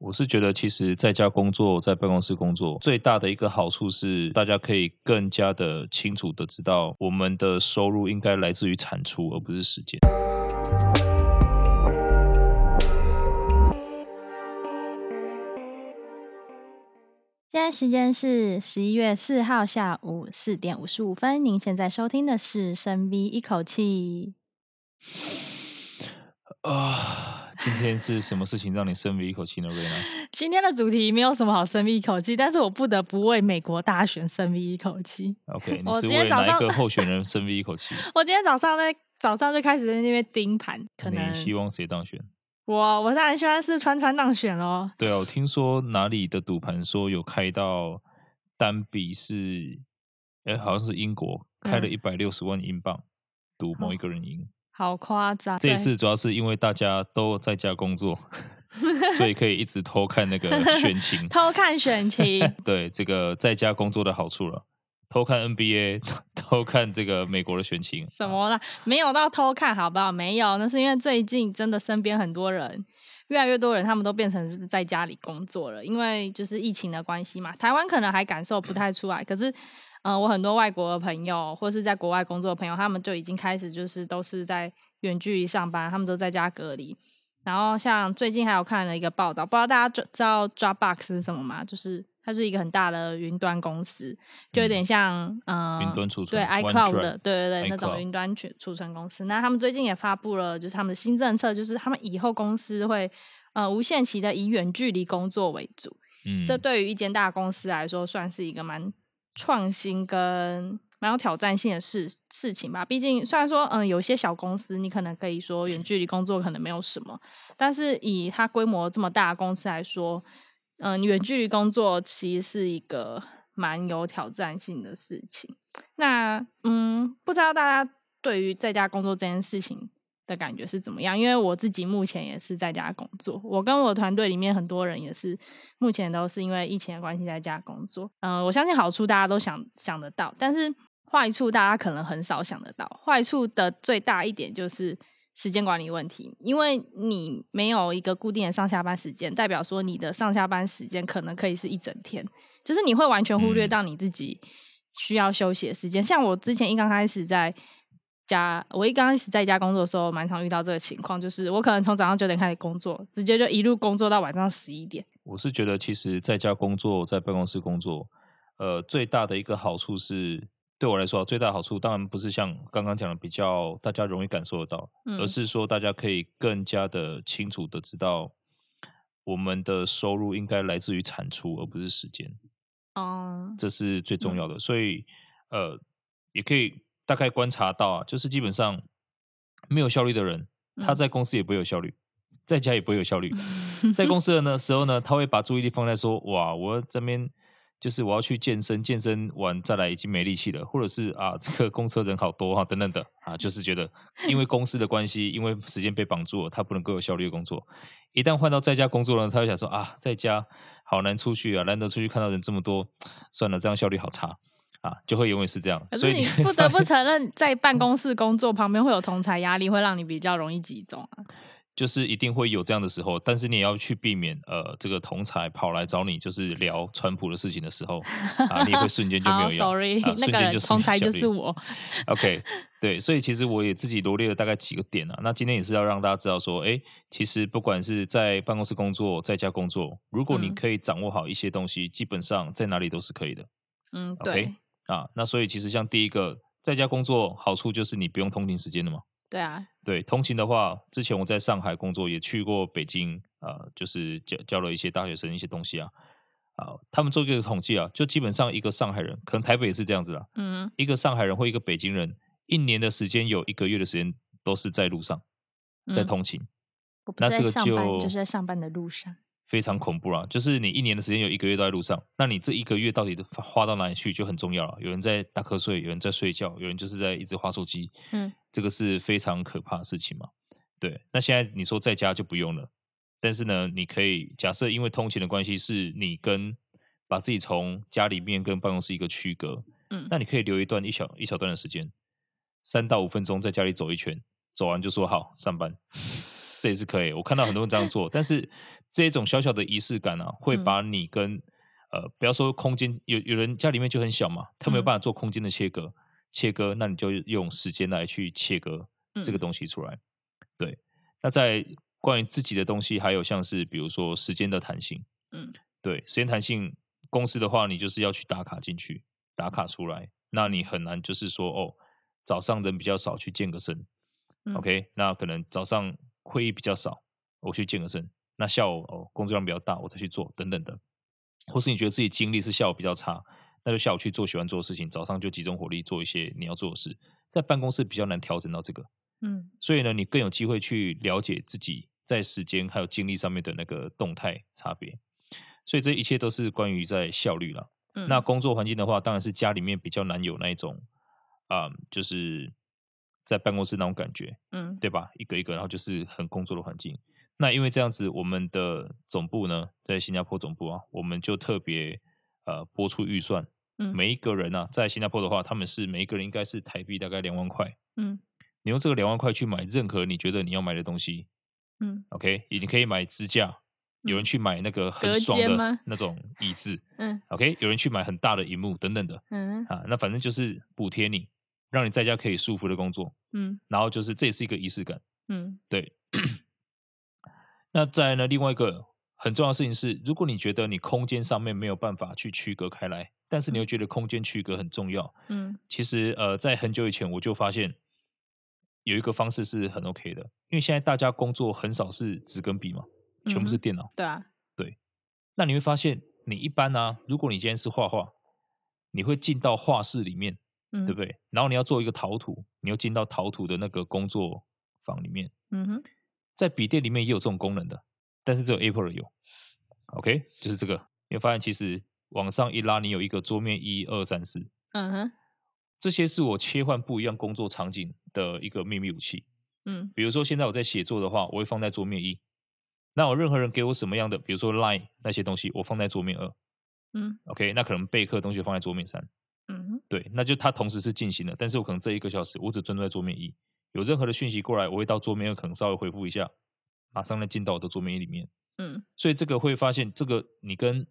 我是觉得，其实在家工作、在办公室工作，最大的一个好处是，大家可以更加的清楚的知道，我们的收入应该来自于产出，而不是时间。现在时间是十一月四号下午四点五十五分。您现在收听的是《深 V 一口气啊、今天是什么事情让你深吸一口气呢，瑞娜？》。今天的主题没有什么好深 V 一口气，但是我不得不为美国大选深 V 一口气。 OK，你我是今为天了早哪一上个候选人深吸一口气？我今天早上呢，早上就开始在那边盯盘，可能你希望谁当选？我我当然希望是川川当选咯。对啊，我听说哪里的赌盘说有开到单笔是，哎，好像是英国开了嗯一百六十万英镑，赌某一好个人赢。好夸张！这一啊对次主要是因为大家都在家工 作，所以可以一直偷看那个选情。 偷看选情，对这个在家工作的好处了，偷看 NBA，偷看这个美国的选情。什么啦？没有到偷看，好不好？没有，那是因为最近真的身边很多人，越来越多人，他们都变成是在家里工作了，因为就是疫情的关系嘛。台湾可能还感受不太出来，可是，呃，我很多外国的朋友，或是在国外工作的朋友，他们就已经开始就是都是在远距离上班，他们都在家隔离。然后像最近还有看了一个报道，不知道大家知知道 Dropbox 是什么吗？就是它是一个很大的云端公司，就有点像嗯、呃云端储对存 iCloud 的， OneDrive 对对对，那种 iCloud 云端储储存公司。那他们最近也发布了，就是他们的新政策，就是他们以后公司会呃无限期的以远距离工作为主。嗯，这对于一间大公司来说，算是一个蛮创新跟蛮有挑战性的事事情吧。毕竟，虽然说，嗯，有一些小公司，你可能可以说远距离工作可能没有什么，但是以它规模这么大的公司来说，嗯，远距离工作其实是一个蛮有挑战性的事情。那，嗯，不知道大家对于在家工作这件事情的感觉是怎么样？因为我自己目前也是在家工作，我跟我团队里面很多人也是目前都是因为疫情的关系在家工作。嗯、我相信好处大家都想想得到，但是坏处大家可能很少想得到。坏处的最大一点就是时间管理问题，因为你没有一个固定的上下班时间，代表说你的上下班时间可能可以是一整天，就是你会完全忽略嗯到你自己需要休息的时间。像我之前一刚开始在家，我一刚开始在家工作的时候，蛮常遇到这个情况，就是我可能从早上九点开始工作，直接就一路工作到晚上十一点。我是觉得，其实在家工作、在办公室工作，呃，最大的一个好处是，对我来说啊，最大的好处当然不是像刚刚讲的比较大家容易感受得到，嗯而是说大家可以更加的清楚的知道，我们的收入应该来自于产出，而不是时间，哦，这是最重要的。所以，呃，也可以大概观察到啊，就是基本上没有效率的人，他嗯在公司也不会有效率，在家也不会有效率。在公司的呢时候呢，他会把注意力放在说，哇，我这边就是我要去健身，健身完再来已经没力气了，或者是啊，这个公车人好多哈、等等的啊，就是觉得因为公司的关系，因为时间被绑住了，他不能够有效率的工作。一旦换到在家工作呢，他就想说啊，在家好难出去啊，难得出去看到人这么多，算了，这样效率好差啊，就会永远是这样。可所是以你会不得发不现承认，在办公室工作旁边会有同才压力，会让你比较容易集中啊。就是一定会有这样的时候，但是你也要去避免，呃，这个同才跑来找你，就是聊川普的事情的时 候，啊，你也会瞬间就没好有用， ，sorry，、啊、 那瞬个间人就同才就是我。我。 OK，对，所以其实我也自己罗列了大概几个点啊。那今天也是要让大家知道说，哎，其实不管是在办公室工作，在家工作，如果你嗯可以掌握好一些东西，基本上在哪里都是可以的嗯， OK 对啊。那所以其实像第一个，在家工作好处就是你不用通勤时间了嘛。对啊，对，通勤的话，之前我在上海工作，也去过北京，呃，就是教教了一些大学生一些东西啊，啊、他们做一个统计啊，就基本上一个上海人，可能台北也是这样子啦，嗯，一个上海人或一个北京人，一年的时间有一个月的时间都是在路上，在嗯通勤，我不那是这在个上班，就就是在上班的路上。非常恐怖啦。就是你一年的时间有一个月都在路上，那你这一个月到底都花花到哪里去就很重要了。有人在打瞌睡，有人在睡觉，有人就是在一直划手机，嗯，这个是非常可怕的事情嘛。对，那现在你说在家就不用了，但是呢，你可以假设因为通勤的关系，是你跟把自己从家里面跟办公室一个区隔，嗯那你可以留一段一小一小段的时间，三到五分钟在家里走一圈，走完就说好上班，这也是可以。我看到很多人这样做，但是这种小小的仪式感啊，会嗯把你跟、呃，不要说空间，有有人家里面就很小嘛，他没有嗯办法做空间的切割，切割，那你就用时间来去切割这个嗯东西出来。对，那在关于自己的东西，还有像是比如说时间的弹性，嗯，对，时间弹性，公司的话，你就是要去打卡进去，打卡出来，那你很难就是说哦，早上人比较少去健个身、嗯 o k 那可能早上会议比较少，我去健个身，那下午哦工作量比较大，我再去做等等的，或是你觉得自己精力是下午比较差，那就下午去做喜欢做的事情，早上就集中火力做一些你要做的事，在办公室比较难调整到这个，嗯所以呢，你更有机会去了解自己在时间还有精力上面的那个动态差别。所以这一切都是关于在效率啦。嗯，那工作环境的话，当然是家里面比较难有那一种啊、就是在办公室那种感觉，嗯对吧？一个一个，然后就是很工作的环境。那因为这样子，我们的总部呢，在新加坡总部啊，我们就特别呃拨出预算，嗯每一个人啊，在新加坡的话，他们是每一个人应该是台币大概两万块，嗯你用这个两万块去买任何你觉得你要买的东西嗯，OK，你可以买支架，有人嗯去买那个很隔爽间的吗那种椅子嗯，OK，有人去买很大的荧幕等等的嗯啊，那反正就是补贴你，让你在家可以舒服的工作，嗯然后就是这也是一个仪式感，嗯对。那再来呢，另外一个很重要的事情是，如果你觉得你空间上面没有办法去区隔开来，但是你又觉得空间区隔很重要，嗯其实呃，在很久以前我就发现有一个方式是很 OK 的，因为现在大家工作很少是纸跟笔嘛，全部是嗯哼电脑。对啊，那你会发现，你一般啊，如果你今天是画画，你会进到画室里面，嗯对不对？然后你要做一个陶土，你又进到陶土的那个工作坊里面，嗯哼在笔电里面也有这种功能的，但是只有 Apple 的有。OK，就是这个，你会发现其实往上一拉，你有一个桌面一二三四，嗯哼这些是我切换不一样工作场景的一个秘密武器。嗯比如说现在我在写作的话，我会放在桌面一。那有任何人给我什么样的，比如说 Line 那些东西，我放在桌面二。嗯 OK，那可能备课的东西放在桌面三。嗯哼对，那就它同时是进行的，但是我可能这一个小时我只专注在桌面一，有任何的讯息过来，我会到桌面二可能稍微回复一下，马上再进到我的桌面一里面。嗯所以这个会发现，这个你跟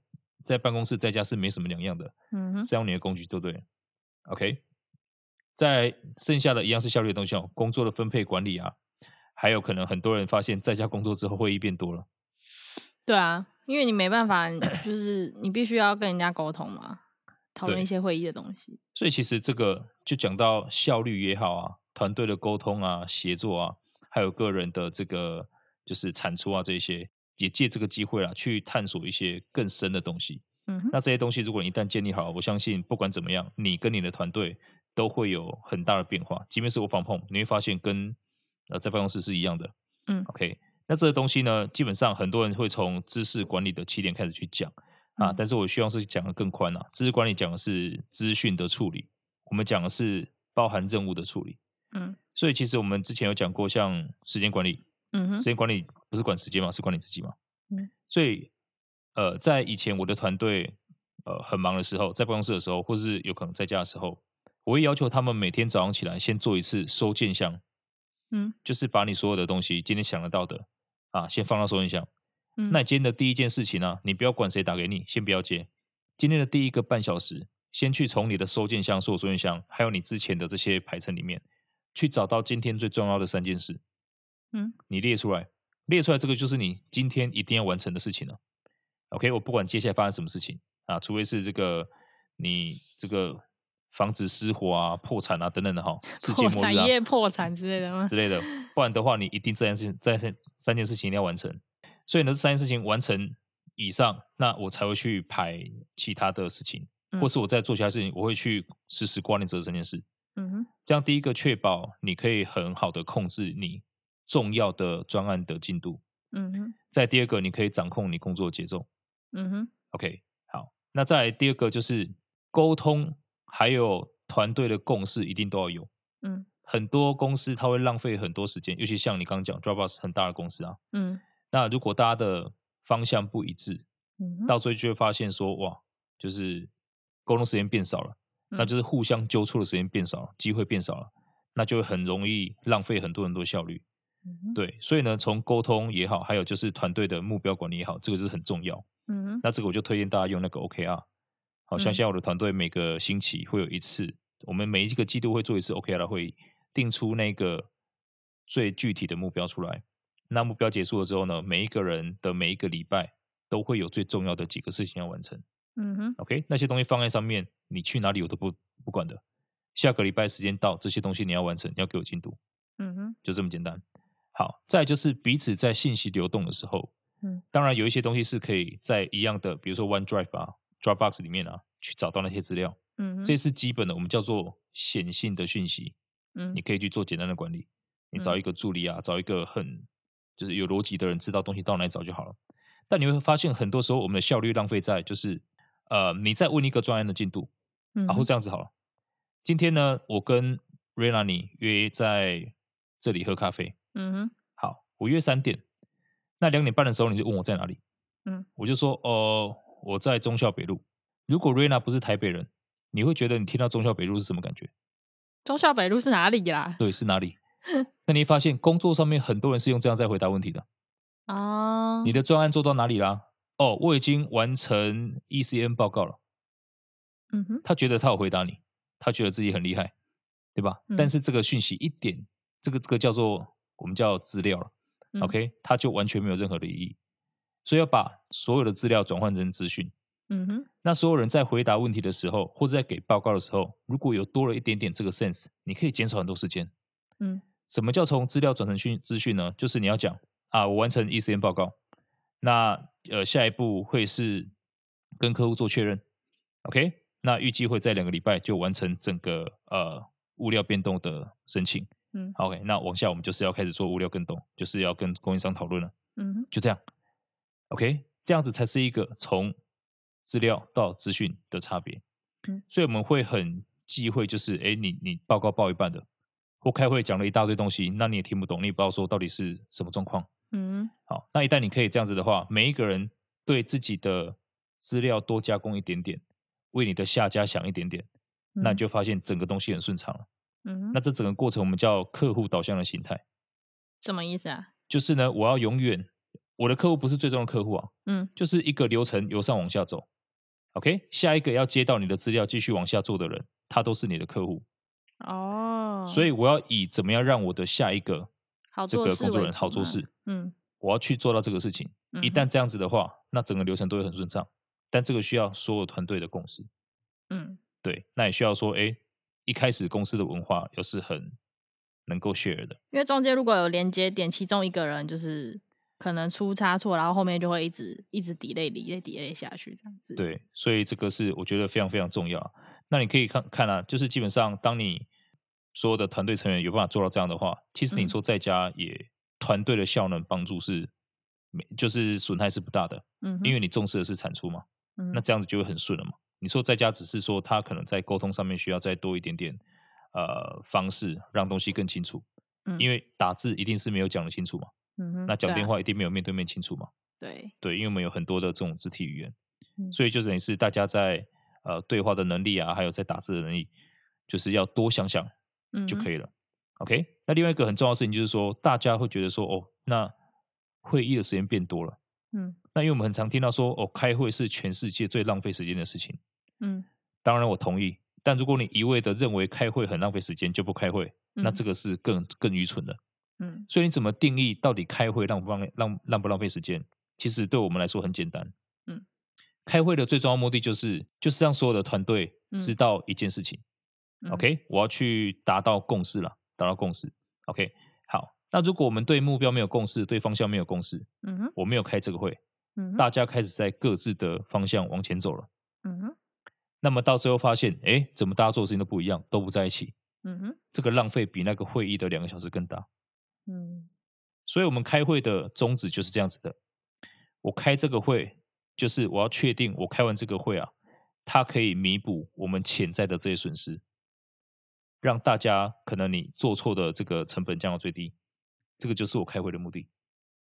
在办公室在家是没什么两样的。嗯哼是用你的工具，对不对？OK，在剩下的一样是效率的东西哦，工作的分配管理啊，还有可能很多人发现在家工作之后会议变多了，对啊，因为你没办法，就是你必须要跟人家沟通嘛，讨论对一些会议的东西。所以其实这个就讲到效率也好啊，团队的沟通啊、协作啊，还有个人的这个就是产出啊这些，也借这个机会啦，去探索一些更深的东西。嗯哼，那这些东西如果你一旦建立好，我相信不管怎么样，你跟你的团队都会有很大的变化。即便是我防碰，你会发现跟呃在办公室是一样的。嗯，OK。那这个东西呢，基本上很多人会从知识管理的起点开始去讲啊，嗯但是我希望是讲的更宽啊。知识管理讲的是资讯的处理，我们讲的是包含任务的处理。嗯所以其实我们之前有讲过，像时间管理，嗯时哼，间管理不是管时间嘛，是管理自己嘛。嗯所以呃，在以前我的团队呃很忙的时候，在办公室的时候，或是有可能在家的时候，我会要求他们每天早上起来先做一次收件箱，嗯就是把你所有的东西今天想得到的啊，先放到收件箱。嗯，那你今天的第一件事情呢、啊你不要管谁打给你，先不要接。今天的第一个半小时，先去从你的收件箱、所有收件箱，还有你之前的这些排程里面，去找到今天最重要的三件事。嗯你列出来，列出来这个就是你今天一定要完成的事情了。OK，我不管接下来发生什么事情啊，除非是这个你这个防止失火啊、破产啊等等的 哈，世界破末产日啊业破产之类的吗？之类的，不然的话你一定这件事情、这件三件事情一定要完成。所以呢，这三件事情完成以上，那我才会去排其他的事情，嗯或是我在做其他事情，我会去实时挂念这三件事。嗯哼，这样第一个确保你可以很好的控制你重要的专案的进度，嗯哼，再第二个，你可以掌控你工作的节奏。嗯哼， OK，好，那再来第二个就是沟通，还有团队的共识一定都要有。嗯很多公司它会浪费很多时间，尤其像你刚刚讲 Dropbox 很大的公司啊，嗯那如果大家的方向不一致，嗯哼，到最后就会发现说，哇，就是沟通时间变少了，那嗯就是互相纠错的时间变少了，机会变少了，那就会很容易浪费很多很多效率。嗯对，所以呢，从沟通也好，还有就是团队的目标管理也好，这个是很重要。嗯那这个我就推荐大家用那个 OKR。好像嗯现在我的团队每个星期会有一次，我们每一个季度会做一次 OKR 的会议，定出那个最具体的目标出来。那目标结束了之后呢，每一个人的每一个礼拜都会有最重要的几个事情要完成。嗯哼， OK，那些东西放在上面，你去哪里我都不不管的。下个礼拜时间到，这些东西你要完成，你要给我进度，嗯哼，就这么简单。好，再来就是彼此在信息流动的时候，嗯，当然有一些东西是可以在一样的，比如说 OneDrive 啊、Dropbox 里面啊，去找到那些资料，嗯哼，这是基本的，我们叫做显性的讯息，嗯你可以去做简单的管理。你找嗯一个助理啊，找一个很就是有逻辑的人，知道东西到哪里找就好了。但你会发现，很多时候我们的效率浪费在就是，呃，你在问一个专案的进度，嗯啊，或这样子好了。今天呢，我跟瑞拉尼约在这里喝咖啡。嗯哼，好，我约三点。那两点半的时候，你就问我在哪里。嗯，我就说，哦、我在忠孝北路。如果瑞娜不是台北人，你会觉得你听到忠孝北路是什么感觉？中校北路是哪里啦？对，是哪里？那你会发现工作上面很多人是用这样在回答问题的。啊，你的专案做到哪里啦？哦，我已经完成 ECN 报告了。嗯哼，他觉得他有回答你，他觉得自己很厉害，对吧？但嗯是这个讯息一点，这个这个叫做我们叫资料了、嗯 o k 它就完全没有任何的意义。所以要把所有的资料转换成资讯。嗯哼，那所有人在回答问题的时候，或者在给报告的时候，如果有多了一点点这个 sense，你可以减少很多时间。嗯什么叫从资料转成讯资讯呢？就是你要讲啊，我完成 ECN 报告，那呃下一步会是跟客户做确认，OK？那预计会在两个礼拜就完成整个呃物料变动的申请嗯，OK？那往下我们就是要开始做物料更动，就是要跟供应商讨论了，嗯哼，就这样，OK？这样子才是一个从资料到资讯的差别嗯，所以我们会很忌讳，就是哎，诶你你报告报一半的，或开会讲了一大堆东西，那你也听不懂，你也不知道说到底是什么状况。嗯好，那一旦你可以这样子的话，每一个人对自己的资料多加工一点点，为你的下家想一点点，哼，那你就发现整个东西很顺畅了。嗯哼，那这整个过程我们叫客户导向的心态，什么意思啊？就是呢，我要永远我的客户不是最终的客户啊，嗯就是一个流程由上往下走。OK，下一个要接到你的资料继续往下做的人，他都是你的客户，哦，所以我要以怎么样让我的下一个好这做个事工作为人好主做嘛事，嗯，我要去做到这个事情。一嗯旦哼这样子的话，那整个流程都会很顺畅。但这个需要所有团队的共识，嗯对，那也需要说，哎，一开始公司的文化又是很能够 share 的，因为中间如果有连接点，其中一个人就是可能出差错，然后后面就会一直一直 delay delay delay 下去这样子。，对，所以这个是我觉得非常非常重要啊。那你可以看看啊，就是基本上当你所有的团队成员有办法做到这样的话，其实你嗯说在家也团队的效能帮助是没，就是损害是不大的，嗯哼，因为为你重视的是产出嘛。嗯那这样子就会很顺了嘛。你说在家只是说他可能在沟通上面需要再多一点点呃方式，让东西更清楚，嗯因为打字一定是没有讲得清楚嘛，嗯哼那讲对电啊话一定没有面对面清楚嘛。对，对，因为我们有很多的这种肢体语言，嗯所以就等于是大家在呃对话的能力啊，还有在打字的能力，就是要多想想嗯就哼可以了。OK，那另外一个很重要的事情就是说，大家会觉得说哦，那会议的时间变多了。嗯那因为我们很常听到说，哦，开会是全世界最浪费时间的事情。嗯当然我同意，但如果你一味的认为开会很浪费时间就不开会，那嗯这个是更更愚蠢的。嗯所以你怎么定义到底开会浪不浪浪浪不浪费时间？其实对我们来说很简单，嗯，开会的最重要目的就是就是让所有的团队知嗯道一件事情。嗯 OK，我要去达到共识了，达到共识。OK，好，那如果我们对目标没有共识，对方向没有共识，嗯哼我没有开这个会，嗯哼大家开始在各自的方向往前走了。嗯哼那么到最后发现，哎，怎么大家做的事情都不一样，都不在一起，嗯哼这个浪费比那个会议的两个小时更大。嗯所以我们开会的宗旨就是这样子的：我开这个会，就是我要确定我开完这个会啊，它可以弥补我们潜在的这些损失，让大家可能你做错的这个成本降到最低。这个就是我开会的目的。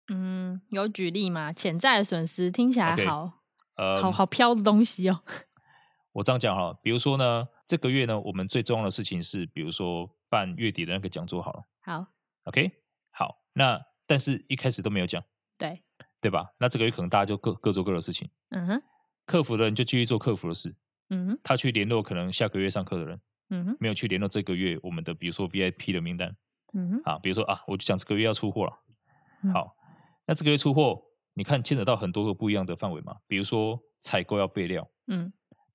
嗯，有举例吗？潜在的损失听起来 OK，好呃，好好飘的东西哦。 我这样讲哈，比如说呢，这个月呢，我们最重要的事情是，比如说办月底的那个讲座好了。好， OK，好，那但是一开始都没有讲，对，对吧？那这个月可能大家就各各做各的事情，嗯哼，客服的人就继续做客服的事，嗯哼，他去联络可能下个月上课的人，嗯哼，没有去联络这个月我们的比如说 VIP 的名单嗯哼，啊，比如说啊，我就讲这个月要出货了，嗯好，那这个月出货，你看牵扯到很多个不一样的范围嘛，比如说采购要备料，嗯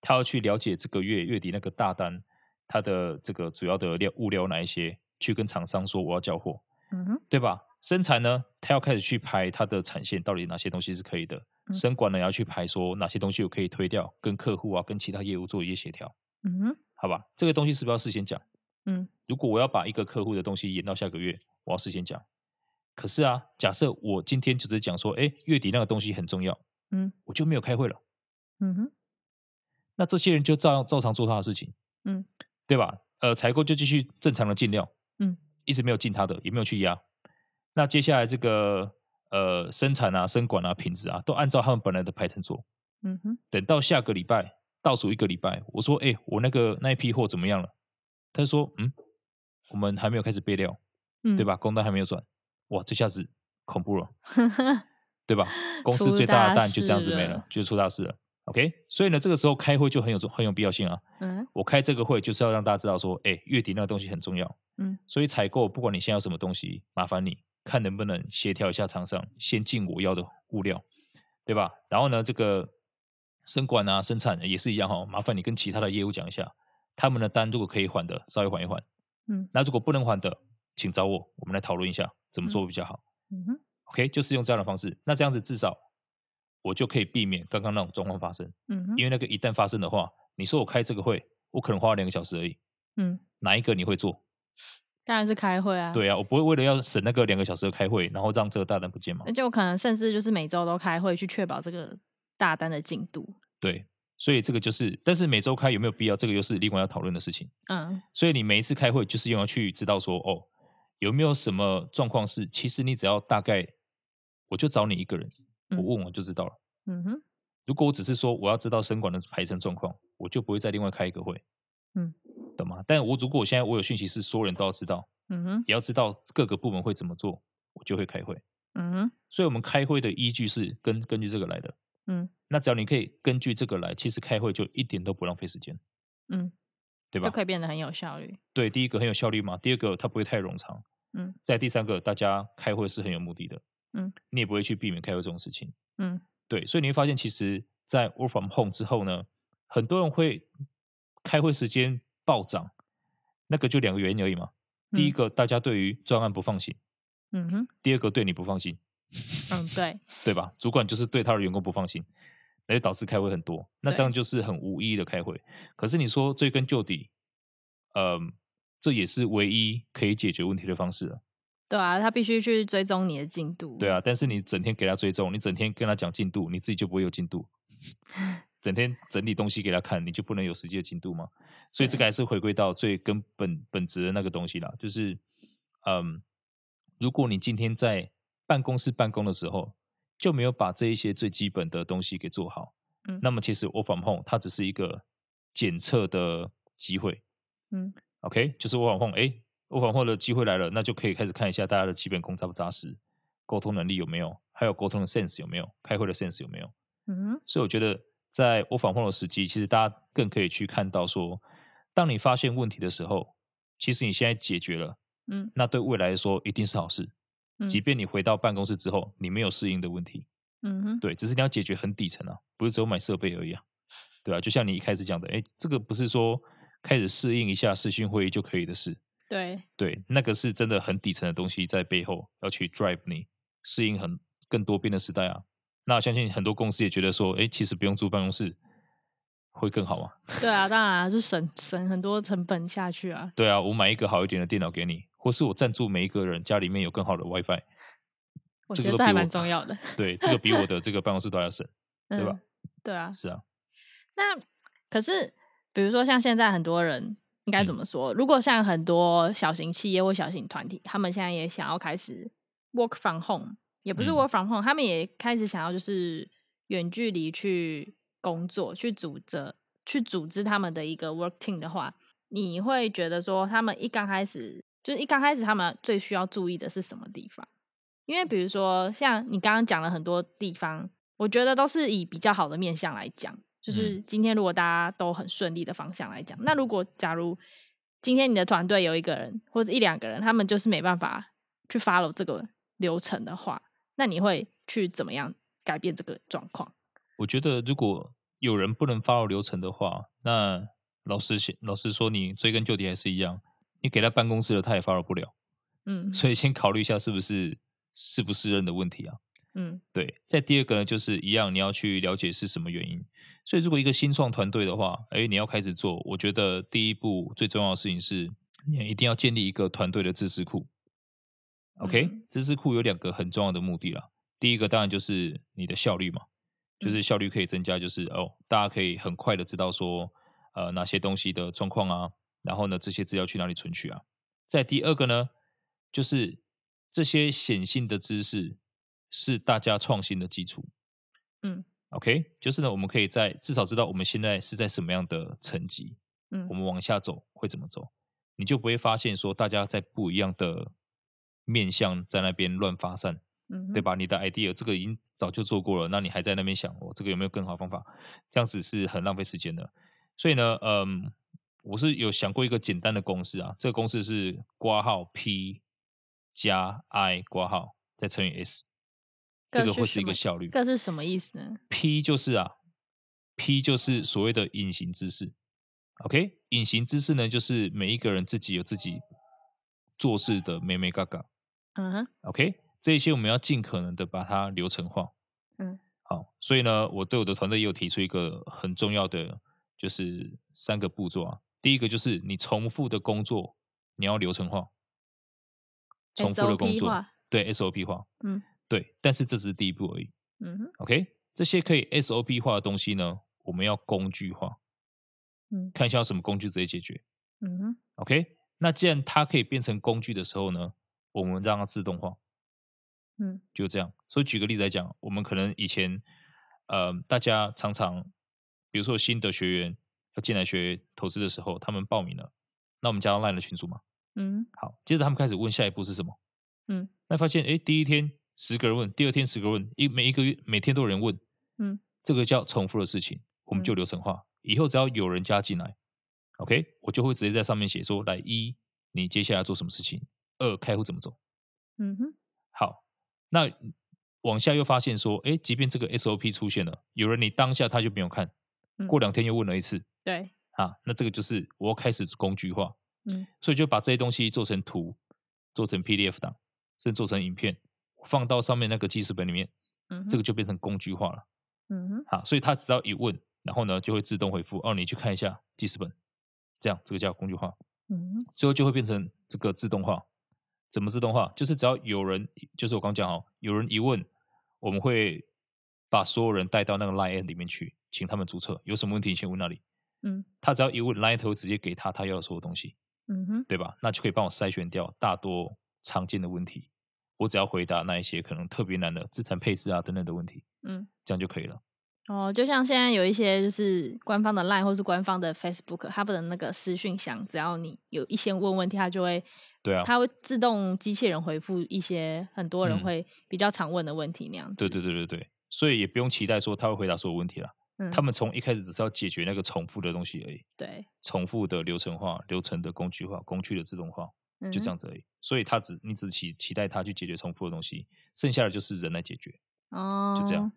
他要去了解这个月月底那个大单，它的这个主要的料物料有哪一些，去跟厂商说我要交货，嗯哼，对吧？生产呢，他要开始去排它的产线，到底哪些东西是可以的。嗯生管呢，也要去排说哪些东西我可以推掉，跟客户啊，跟其他业务做一些协调，嗯哼，好吧？这个东西是不是要事先讲？嗯如果我要把一个客户的东西延到下个月，我要事先讲。可是啊，假设我今天只是讲说，哎，月底那个东西很重要，嗯我就没有开会了。嗯哼，那这些人就照样照常做他的事情，嗯，对吧？呃，采购就继续正常的进料，嗯，一直没有进他的，也没有去压。那接下来这个呃生产啊、生管啊、品质啊，都按照他们本来的排程做。嗯哼，等到下个礼拜倒数一个礼拜，我说：“哎、我那个那一批货怎么样了？”他就说：“嗯，我们还没有开始备料，嗯，对？吧？工单还没有转。”哇，这下子恐怖 了。对吧？公出司最大大的蛋就这样子事没了了，就出大事了。OK，所以呢，这个时候开会就很有很有必要性啊。嗯我开这个会就是要让大家知道说，哎，月底那个东西很重要，嗯，所以采购不管你现在有什么东西，麻烦你看能不能协调一下厂商，先进我要的物料，对吧？然后呢，这个生管啊、生产也是一样哈、哦，麻烦你跟其他的业务讲一下，他们的单如果可以缓的，稍微缓一缓，嗯，那如果不能缓的，请找我，我们来讨论一下怎么做比较好。嗯哼， OK，就是用这样的方式，那这样子至少我就可以避免刚刚那种状况发生，嗯哼因，为那个一旦发生的话，你说我开这个会，我可能花了两个小时而已。嗯，哪一个你会做？当然是开会啊。。对啊，我不会为了要省那个两个小时的开会，然后让这个大单不见嘛而。且我可能甚至就是每周都开会去确保这个大单的进度。对，所以这个就是，但是每周开有没有必要，这个又是另外要讨论的事情。嗯所以你每一次开会，就是用要去知道说，哦，有没有什么状况是，其实你只要大概，我就找你一个人，我嗯问我就知道了。嗯哼如果我只是说我要知道生管的排程状况，我就不会再另外开一个会。嗯，懂吗？但我如果我现在我有讯息是所有人都要知道，嗯哼也要知道各个部门会怎么做，我就会开会。嗯哼所以我们开会的依据是根根据这个来的。嗯那只要你可以根据这个来，其实开会就一点都不浪费时间，嗯，对就吧？可以变得很有效率。对，第一个很有效率嘛，第二个它不会太冗长，嗯，再第三个大家开会是很有目的的，嗯，你也不会去避免开会这种事情，嗯对，所以你会发现，其实，在 work from home 之后呢，很多人会开会时间暴涨，那个就两个原因而已嘛。第一嗯个，大家对于专案不放心；嗯哼第二个，对你不放心。嗯，对，对吧？主管就是对他的员工不放心，那就导致开会很多，那对这样就是很无意义的开会。可是你说追根究底，嗯、这也是唯一可以解决问题的方式了，对啊，他必须去追踪你的进度。对，啊。但是你整天给他追踪，你整天跟他讲进度，你自己就不会有进 度。整天整理东西给他看，你就不能有实际的进度吗？所以这个啊还是回归到最根本本质的那个东西啦，就是，嗯，如果你今天在办公室办公的时候就没有把这一些最基本的东西给做好，嗯那么其实 work from home 它只是一个检测的机会嗯，OK，就是 work from home，哎，work from home 的机会来了，那就可以开始看一下大家的基本功扎不扎实，沟通能力有没有，还有沟通的 sense 有没有，开会的 sense 有没有。嗯哼所以我觉得在我访问的时机，其实大家更可以去看到说，当你发现问题的时候，其实你现在解决了，嗯那对未来来说一定是好事。嗯即便你回到办公室之后，你没有适应的问题，嗯哼对，只是你要解决很底层啊，不是只有买设备而已啊，对啊，就像你一开始讲的，哎，这个不是说开始适应一下视讯会议就可以的事，对，对，那个是真的很底层的东西在背后要去 drive 你适应很更多变的时代啊。那相信很多公司也觉得说，哎，其实不用住办公室会更好嘛。对啊，当然啊就省省很多成本下去啊。对啊，我买一个好一点的电脑给你，或是我赞助每一个人家里面有更好的 WiFi。我这觉个都得这还比我蛮重要的，对，这个比我的这个办公室都还要省，嗯，对吧？对啊，是啊，那可是，比如说像现在很多人应该怎嗯么说？如果像很多小型企业或小型团体，他们现在也想要开始 work from home，也不是嗯 work from home，、他们也开始想要就是远距离去工作，去组织去组织他们的一个 work team 的话，你会觉得说他们一刚开始，就是一刚开始他们最需要注意的是什么地方？因为比如说像你刚刚讲了很多地方，我觉得都是以比较好的面向来讲，嗯就是今天如果大家都很顺利的方向来讲，那如果假如今天你的团队有一个人或者一两个人，他们就是没办法去 follow 这个流程的话，那你会去怎么样改变这个状况？我觉得如果有人不能 follow 流程的话，那老实先老实说，你追根究底还是一样，你给他办公室了，他也 follow 不了。嗯所以先考虑一下是不是适不适任的问题啊。嗯对，再第二个呢，就是一样，你要去了解是什么原因。所以，如果一个新创团队的话，哎，你要开始做，我觉得第一步最重要的事情是，你一定要建立一个团队的知识库。OK，、嗯知识库有两个很重要的目的啦。第一个当然就是你的效率嘛，就是效率可以增加，就是哦，大家可以很快的知道说，呃，哪些东西的状况啊，然后呢，这些资料去哪里存取啊。再第二个呢，就是这些显性的知识是大家创新的基础。嗯，OK，就是呢，我们可以在至少知道我们现在是在什么样的层级，嗯我们往下走会怎么走，你就不会发现说大家在不一样的面向在那边乱发散。嗯哼，对吧？你的 idea 这个已经早就做过了，那你还在那边想，我、这个有没有更好的方法？这样子是很浪费时间的。所以呢，嗯，我是有想过一个简单的公式啊，这个公式是括号 P 加 I 括号再乘以 S，这各个是会是一什个么效率。这是什么意思呢？ P 就是啊，P 就是所谓的隐形知识。OK，隐形知识呢，就是每一个人自己有自己做事的美美嘎嘎。嗯哼， OK，这一些我们要尽可能的把它流程化。嗯，好，所以呢，我对我的团队也有提出一个很重要的，就是三个步骤啊。第一个就是你重复的工作，你要流程化，重复的工 SOP 作化，对 SOP 化，嗯，对，但是这只是第一步而已。嗯哼， OK，这些可以 SOP 化的东西呢，我们要工具化，嗯看一下有什么工具直接解决。嗯哼， OK，那既然它可以变成工具的时候呢，我们让它自动化。嗯就这样。所以举个例子来讲，我们可能以前，呃，大家常常，比如说有新的学员要进来学投资的时候，他们报名了，那我们加到 LINE 的群组嘛。嗯好，接着他们开始问下一步是什么。嗯，那发现哎，诶第一天十个人问，第二天十个人问，一每一个月每天都有人问，嗯，这个叫重复的事情，我们就嗯流程化。以后只要有人加进来，OK，我就会直接在上面写说，来一，你接下来做什么事情；二，开户怎么走。嗯哼，好，那往下又发现说，哎，即便这个 SOP 出现了，有人你当下他就没有看，嗯过两天又问了一次对，啊，那这个就是我要开始工具化，嗯，所以就把这些东西做成图，做成 PDF 档，甚至做成影片，放到上面那个记事本里面，嗯哼，这个就变成工具化了嗯哼，啊。所以他只要一问，然后呢就会自动回复，哦，你去看一下记事本，这样这个叫工具化。嗯哼，最后就会变成这个自动化。怎么自动化？就是只要有人，就是我刚讲哦，有人一问，我们会把所有人带到那个 Line App 里面去，请他们注册，有什么问题先问那里。嗯他只要一问，Line 头直接给他他要的所有东西，嗯哼，对吧？那就可以帮我筛选掉大多常见的问题，我只要回答那一些可能特别难的资产配置啊等等的问题，嗯。这样就可以了。哦，就像现在有一些就是官方的 Line 或是官方的 Facebook，他们的那个私讯箱，只要你有一些问问题，它就会，对啊它会自动机器人回复一些很多人嗯会比较常问的问题那样子。对对对对对，所以也不用期待说他会回答所有问题了，嗯，他们从一开始只是要解决那个重复的东西而已。对，重复的流程化、流程的工具化、工具的自动化，嗯就这哼样子而已。所以它只你只期期待它去解决重复的东西，剩下的就是人来解决。哦，这样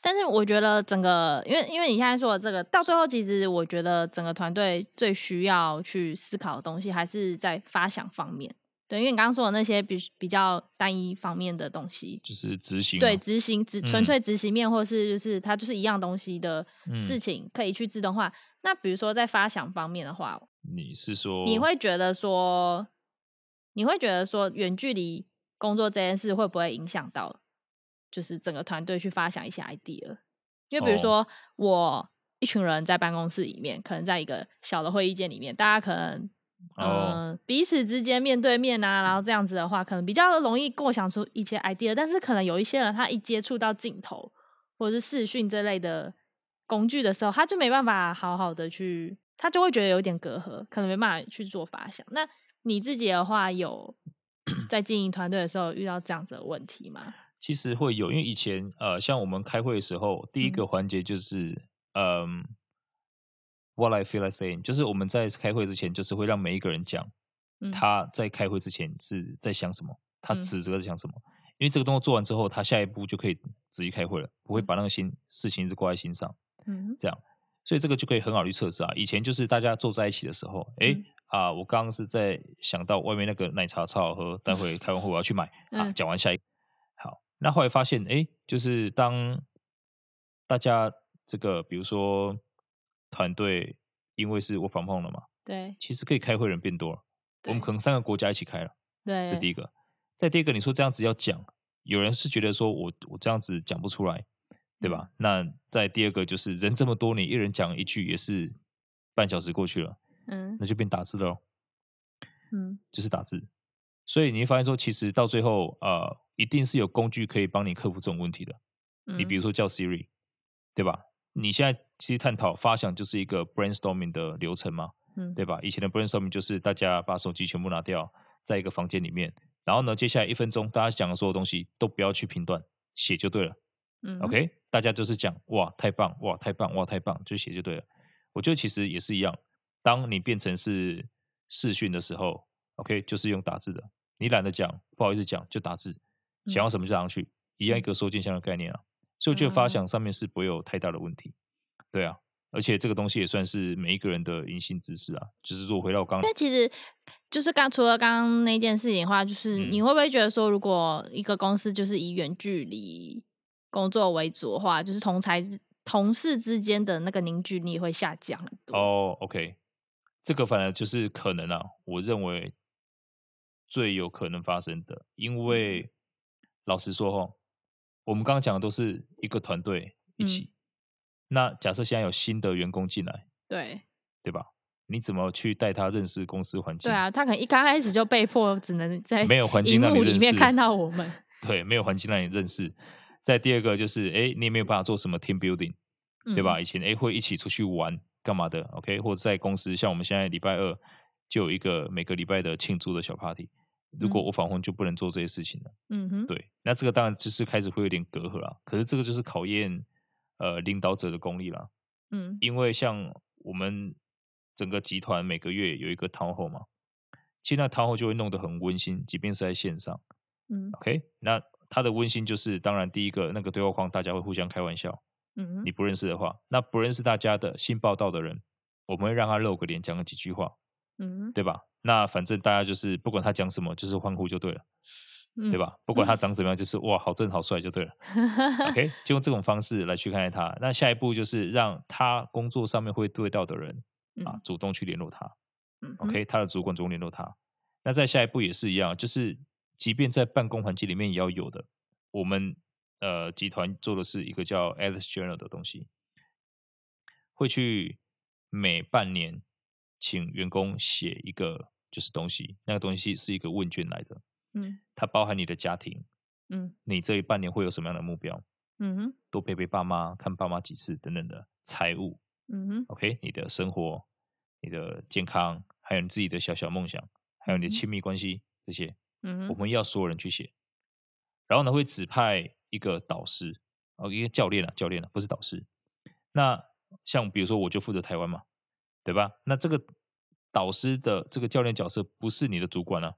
但是我觉得整个，因为因为你现在说的这个，到最后其实我觉得整个团队最需要去思考的东西，还是在发想方面。对，因为你刚刚说的那些比比较单一方面的东西，就是执行、啊，对，执行只纯嗯粹执行面，或是就是它就是一样东西的事嗯情可以去自动化。那比如说在发想方面的话，你是说你会觉得说，你会觉得说远距离工作这件事会不会影响到，就是整个团队去发想一些 idea？因为比如哦说我一群人在办公室里面，可能在一个小的会议间里面，大家可能。嗯、哦彼此之间面对面啊，然后这样子的话，可能比较容易构想出一些 idea，但是可能有一些人他一接触到镜头或者是视讯这类的工具的时候，他就没办法好好的去， 他就会觉得有点隔阂，可能没办法去做发想。那你自己的话有在经营团队的时候有遇到这样子的问题吗？其实会有，因为以前呃，像我们开会的时候，第一个嗯环节就是嗯、w h a t I feel like saying，就是我们在开会之前，就是会让每一个人讲嗯，他在开会之前是在想什么，他嗯此时在想什么。因为这个动作做完之后，他下一步就可以直接开会了，不会把那个心事情一直挂在心上。嗯这样，所以这个就可以很好去测试啊。以前就是大家坐在一起的时候，诶嗯啊，我刚刚是在想到外面那个奶茶超好喝，待会开完会我要 去买啊。嗯讲完下一个，好，那后来发现，诶，就是当大家这个比如说团队，因为是我防碰了嘛，对其实可以开会的人变多了，我们对可能三个国家一起开了。对，这第一个。再第二个，你说这样子要讲，有人是觉得说我我这样子讲不出来，对吧？那再第二个就是人这么多，你一人讲一句也是半小时过去了，嗯那就变打字了咯，嗯就是打字。所以你会发现说，其实到最后，呃，一定是有工具可以帮你克服这种问题的。嗯，你比如说叫 Siri，对吧？你现在其实探讨发想就是一个 brainstorming 的流程嘛，嗯对吧？以前的 brainstorming 就是大家把手机全部拿掉，在一个房间里面，然后呢，接下来一分钟，大家讲的所有东西都不要去评断，写就对了。嗯 OK，大家就是讲哇太棒，哇太棒，哇太棒，就写就对了。我觉得其实也是一样，当你变成是视讯的时候，OK，就是用打字的，你懒得讲，不好意思讲，就打字，想要什么就打上去，一样一个收件箱的概念啊。所以我觉得发嗯想上面是不会有太大的问题，对啊。而且这个东西也算是每一个人的隐性知识啊，就是如果回到我刚刚但其实就是刚除了刚刚那件事情的话，就是嗯你会不会觉得说，如果一个公司就是以远距离工作为主的话，就是同才之同事之间的那个凝聚力会下降很多？哦，OK，这个反而就是可能啊，我认为最有可能发生的，嗯因为老实说哈，我们刚刚讲的都是一个团队一嗯起，那假设现在有新的员工进来，对对吧？你怎么去带他认识公司环境？对，啊，他可能一刚开始就被迫只能在 没有环境荧让你幕里认面识看到我们。对，没有环境让你认识。再第二个就是，哎，你也没有办法做什么 team building。对吧？嗯？以前诶会一起出去玩干嘛的，OK，或者在公司，像我们现在礼拜二就有一个每个礼拜的庆祝的小 party。如果嗯我访问就不能做这些事情了，嗯哼，对，那这个当然就是开始会有点隔阂啦。可是这个就是考验呃领导者的功力啦，嗯因为像我们整个集团每个月有一个 town hall 嘛，其实那 town hall 就会弄得很温馨，即便是在线上嗯，OK，那它的温馨就是当然第一个那个对话框大家会互相开玩笑，嗯你不认识的话，那不认识大家的新报道的人，我们会让他露个脸，讲几句话，嗯对吧？那反正大家就是不管他讲什么，就是欢呼就对了，嗯，对？吧？不管他长怎么样，就是哇，好正好帅就 对了。OK，就用嗯这种方式来去看待他。那下一步就是让他工作上面会对到的人啊嗯，主动去联络他。嗯哼 OK，他的主管主动联络他。那再下一步也是一样，就是即便在办公环境里面也要有的。我们呃集团做的是一个叫 Alice Journal 的东西，会去每半年请员工写一个就是东西，那个东西是一个问卷来的，嗯它包含你的家庭，嗯你这一半年会有什么样的目标，嗯哼多陪陪爸妈，看爸妈几次等等的财务嗯哼 OK，你的生活、你的健康，还有你自己的小小梦想，还有你的嗯亲密关系这些，嗯我哼们要所有人去写。然后呢，会指派一个导师，哦，一个教练啊，教练啊，不是导师。那像比如说，我就负责台湾嘛，对吧？那这个导师的这个教练角色不是你的主管啊，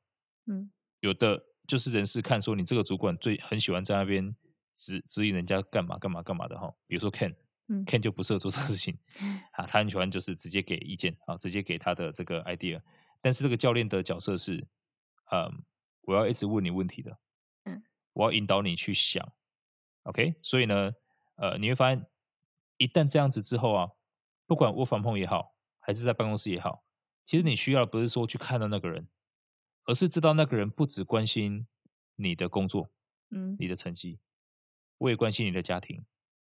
嗯有的就是人事看说你这个主管最很喜欢在那边指指引人家干嘛干嘛干嘛的哈，比如说 Ken，嗯 Ken 就不适合做这个事情啊，他很喜欢就是直接给意见啊，直接给他的这个 idea。但是这个教练的角色是，嗯，我要一直问你问题的，嗯，我要引导你去想，OK。所以呢，呃，你会发现，一旦这样子之后啊，不管我反碰也好，还是在办公室也好，其实你需要的不是说去看到那个人，而是知道那个人不只关心你的工作、嗯你的成绩，我也关心你的家庭，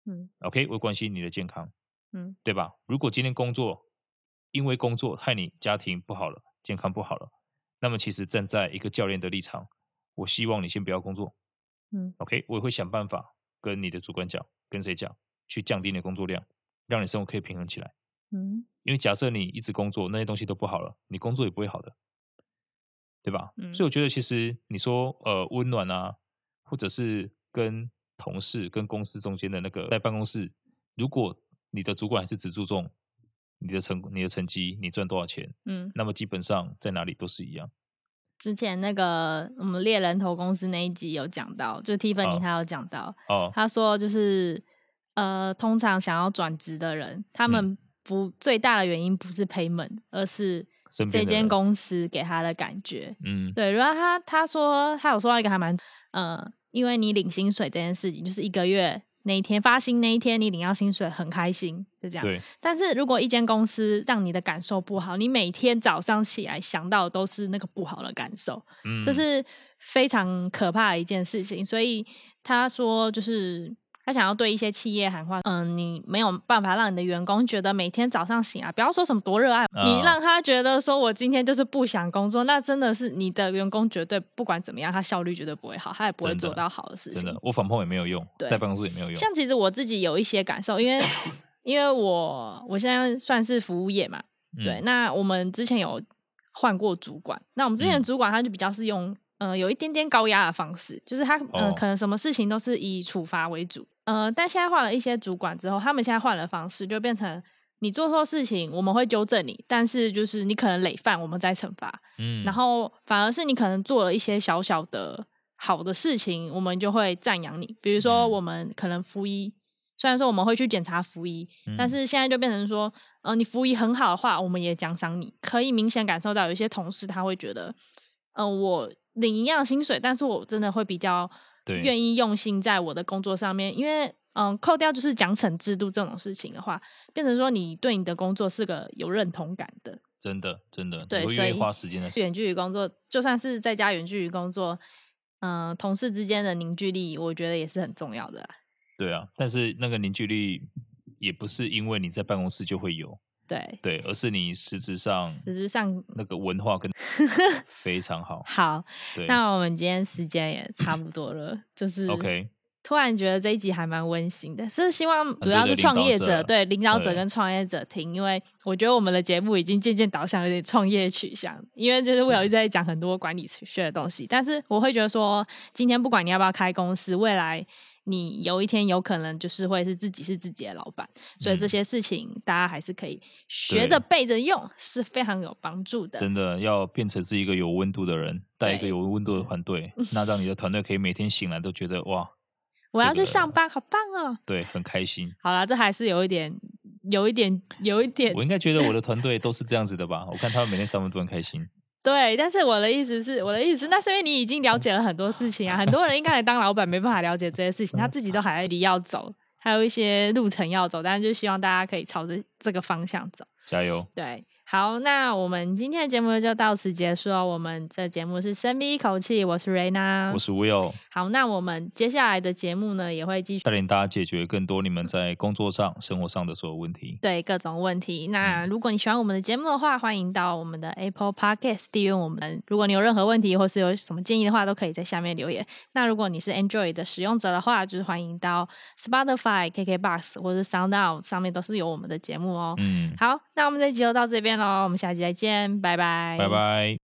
嗯 OK，会关心你的健康，嗯，对吧？如果今天工作因为工作害你家庭不好了，健康不好了，那么其实站在一个教练的立场，我希望你先不要工作嗯，OK，我也会想办法跟你的主管讲，跟谁讲，去降低你的工作量，让你生活可以平衡起来。嗯因为假设你一直工作，那些东西都不好了，你工作也不会好的。对吧？嗯所以我觉得其实你说呃温暖啊，或者是跟同事、跟公司中间的那个在办公室，如果你的主管还是只注重你的成、你的成绩、你赚多少钱，嗯，那么基本上在哪里都是一样。之前那个我们猎人头公司那一集有讲到，就 Tiffany 哦她有讲到，哦，她说就是呃，通常想要转职的人，嗯他们不、最大的原因不是 payment，而是身边这的间人公司给他的感觉。嗯对，然后他他说他有说到一个还蛮呃，因为你领薪水这件事情，就是一个月那一天发薪那一天你领到薪水很开心，就这样。对但是如果一间公司让你的感受不好，你每天早上起来想到的都是那个不好的感受，嗯，这是非常可怕的一件事情。所以他说，就是他想要对一些企业喊话，嗯，你没有办法让你的员工觉得每天早上醒来，不要说什么多热爱，你啊让他觉得说我今天就是不想工作，那真的是你的员工绝对不管怎么样，他效率绝对不会好，他也不会真的做到好的事真情的。，我反碰也没有用，对在办公室也没有用。像其实我自己有一些感受，因为因为我我现在算是服务业嘛，嗯对，，那我们之前有换过主管，那我们之前的嗯主管他就比较是用、呃有一点点高压的方式，就是他呃、哦可能什么事情都是以处罚为主，呃，但现在换了一些主管之后，他们现在换了方式，就变成你做错事情我们会纠正你，但是就是你可能累犯我们再惩罚，嗯，然后反而是你可能做了一些小小的好的事情，我们就会赞扬你。比如说，嗯我们可能服医，虽然说我们会去检查服医，但嗯是现在就变成说，呃，你服医很好的话，我们也奖赏你。可以明显感受到有一些同事他会觉得，嗯、我领一样的薪水，但是我真的会比较对愿意用心在我的工作上面，因为。嗯，扣掉就是奖惩制度这种事情的话，变成说你对你的工作是个有认同感的。真的真的，你对会所愿以意花时间在远距离工作，就算是在家远距离工作，嗯、同事之间的凝聚力，我觉得也是很重要的啦。对啊，但是那个凝聚力也不是因为你在办公室就会有，对，对，而是你实质上实质上嗯那个文化跟非常好。 好。对那我们今天时间也差不多了，就是，OK，突然觉得这一集还蛮温馨的，是希望主对要对是领创导业者者对领导者对跟创业者听，因为我觉得我们的节目已经渐渐导向有点创业取向，因为就是我有一直在讲很多管理学的东西，但是我会觉得说，今天不管你要不要开公司，未来你有一天有可能就是会是自己是自己的老板，所以这嗯些事情大家还是可以学着背着用，是非常有帮助的。真的要变成是一个有温度的人，带一个对有温度的团 队，那让你的团队可以每天醒来都觉得哇，我要这去个上班，好棒哦！对，很开心。好啦，这还是有一点，有一点，有一点我应该觉得我的团队都是这样子的吧？我看他们每天上班都很开心。对，但是我的意思是，我的意思，那是因为你已经了解了很多事情啊。很多人应该也当老板没办法了解这些事情，他自己都还离要走，还有一些路程要走，但是就希望大家可以朝着这个方向走。加油！对，好，那我们今天的节目就到此结束哦了。我们这节目是深吸一口气，我是瑞娜我。是 Will，好，那我们接下来的节目呢，也会继续带领大家解决更多你们在工作上、生活上的所有问题。对各种问题。那如果你喜欢我们的节目的话，欢迎到我们的 Apple Podcast 订阅我们。如果你有任何问题或是有什么建议的话，都可以在下面留言。那如果你是 Android 的使用者的话，就是欢迎到 Spotify、KKBox 或是 SoundOut 上面都是有我们的节目哦。嗯，好，那我们这集就到这边喽，我们下集再见，拜拜，拜。拜。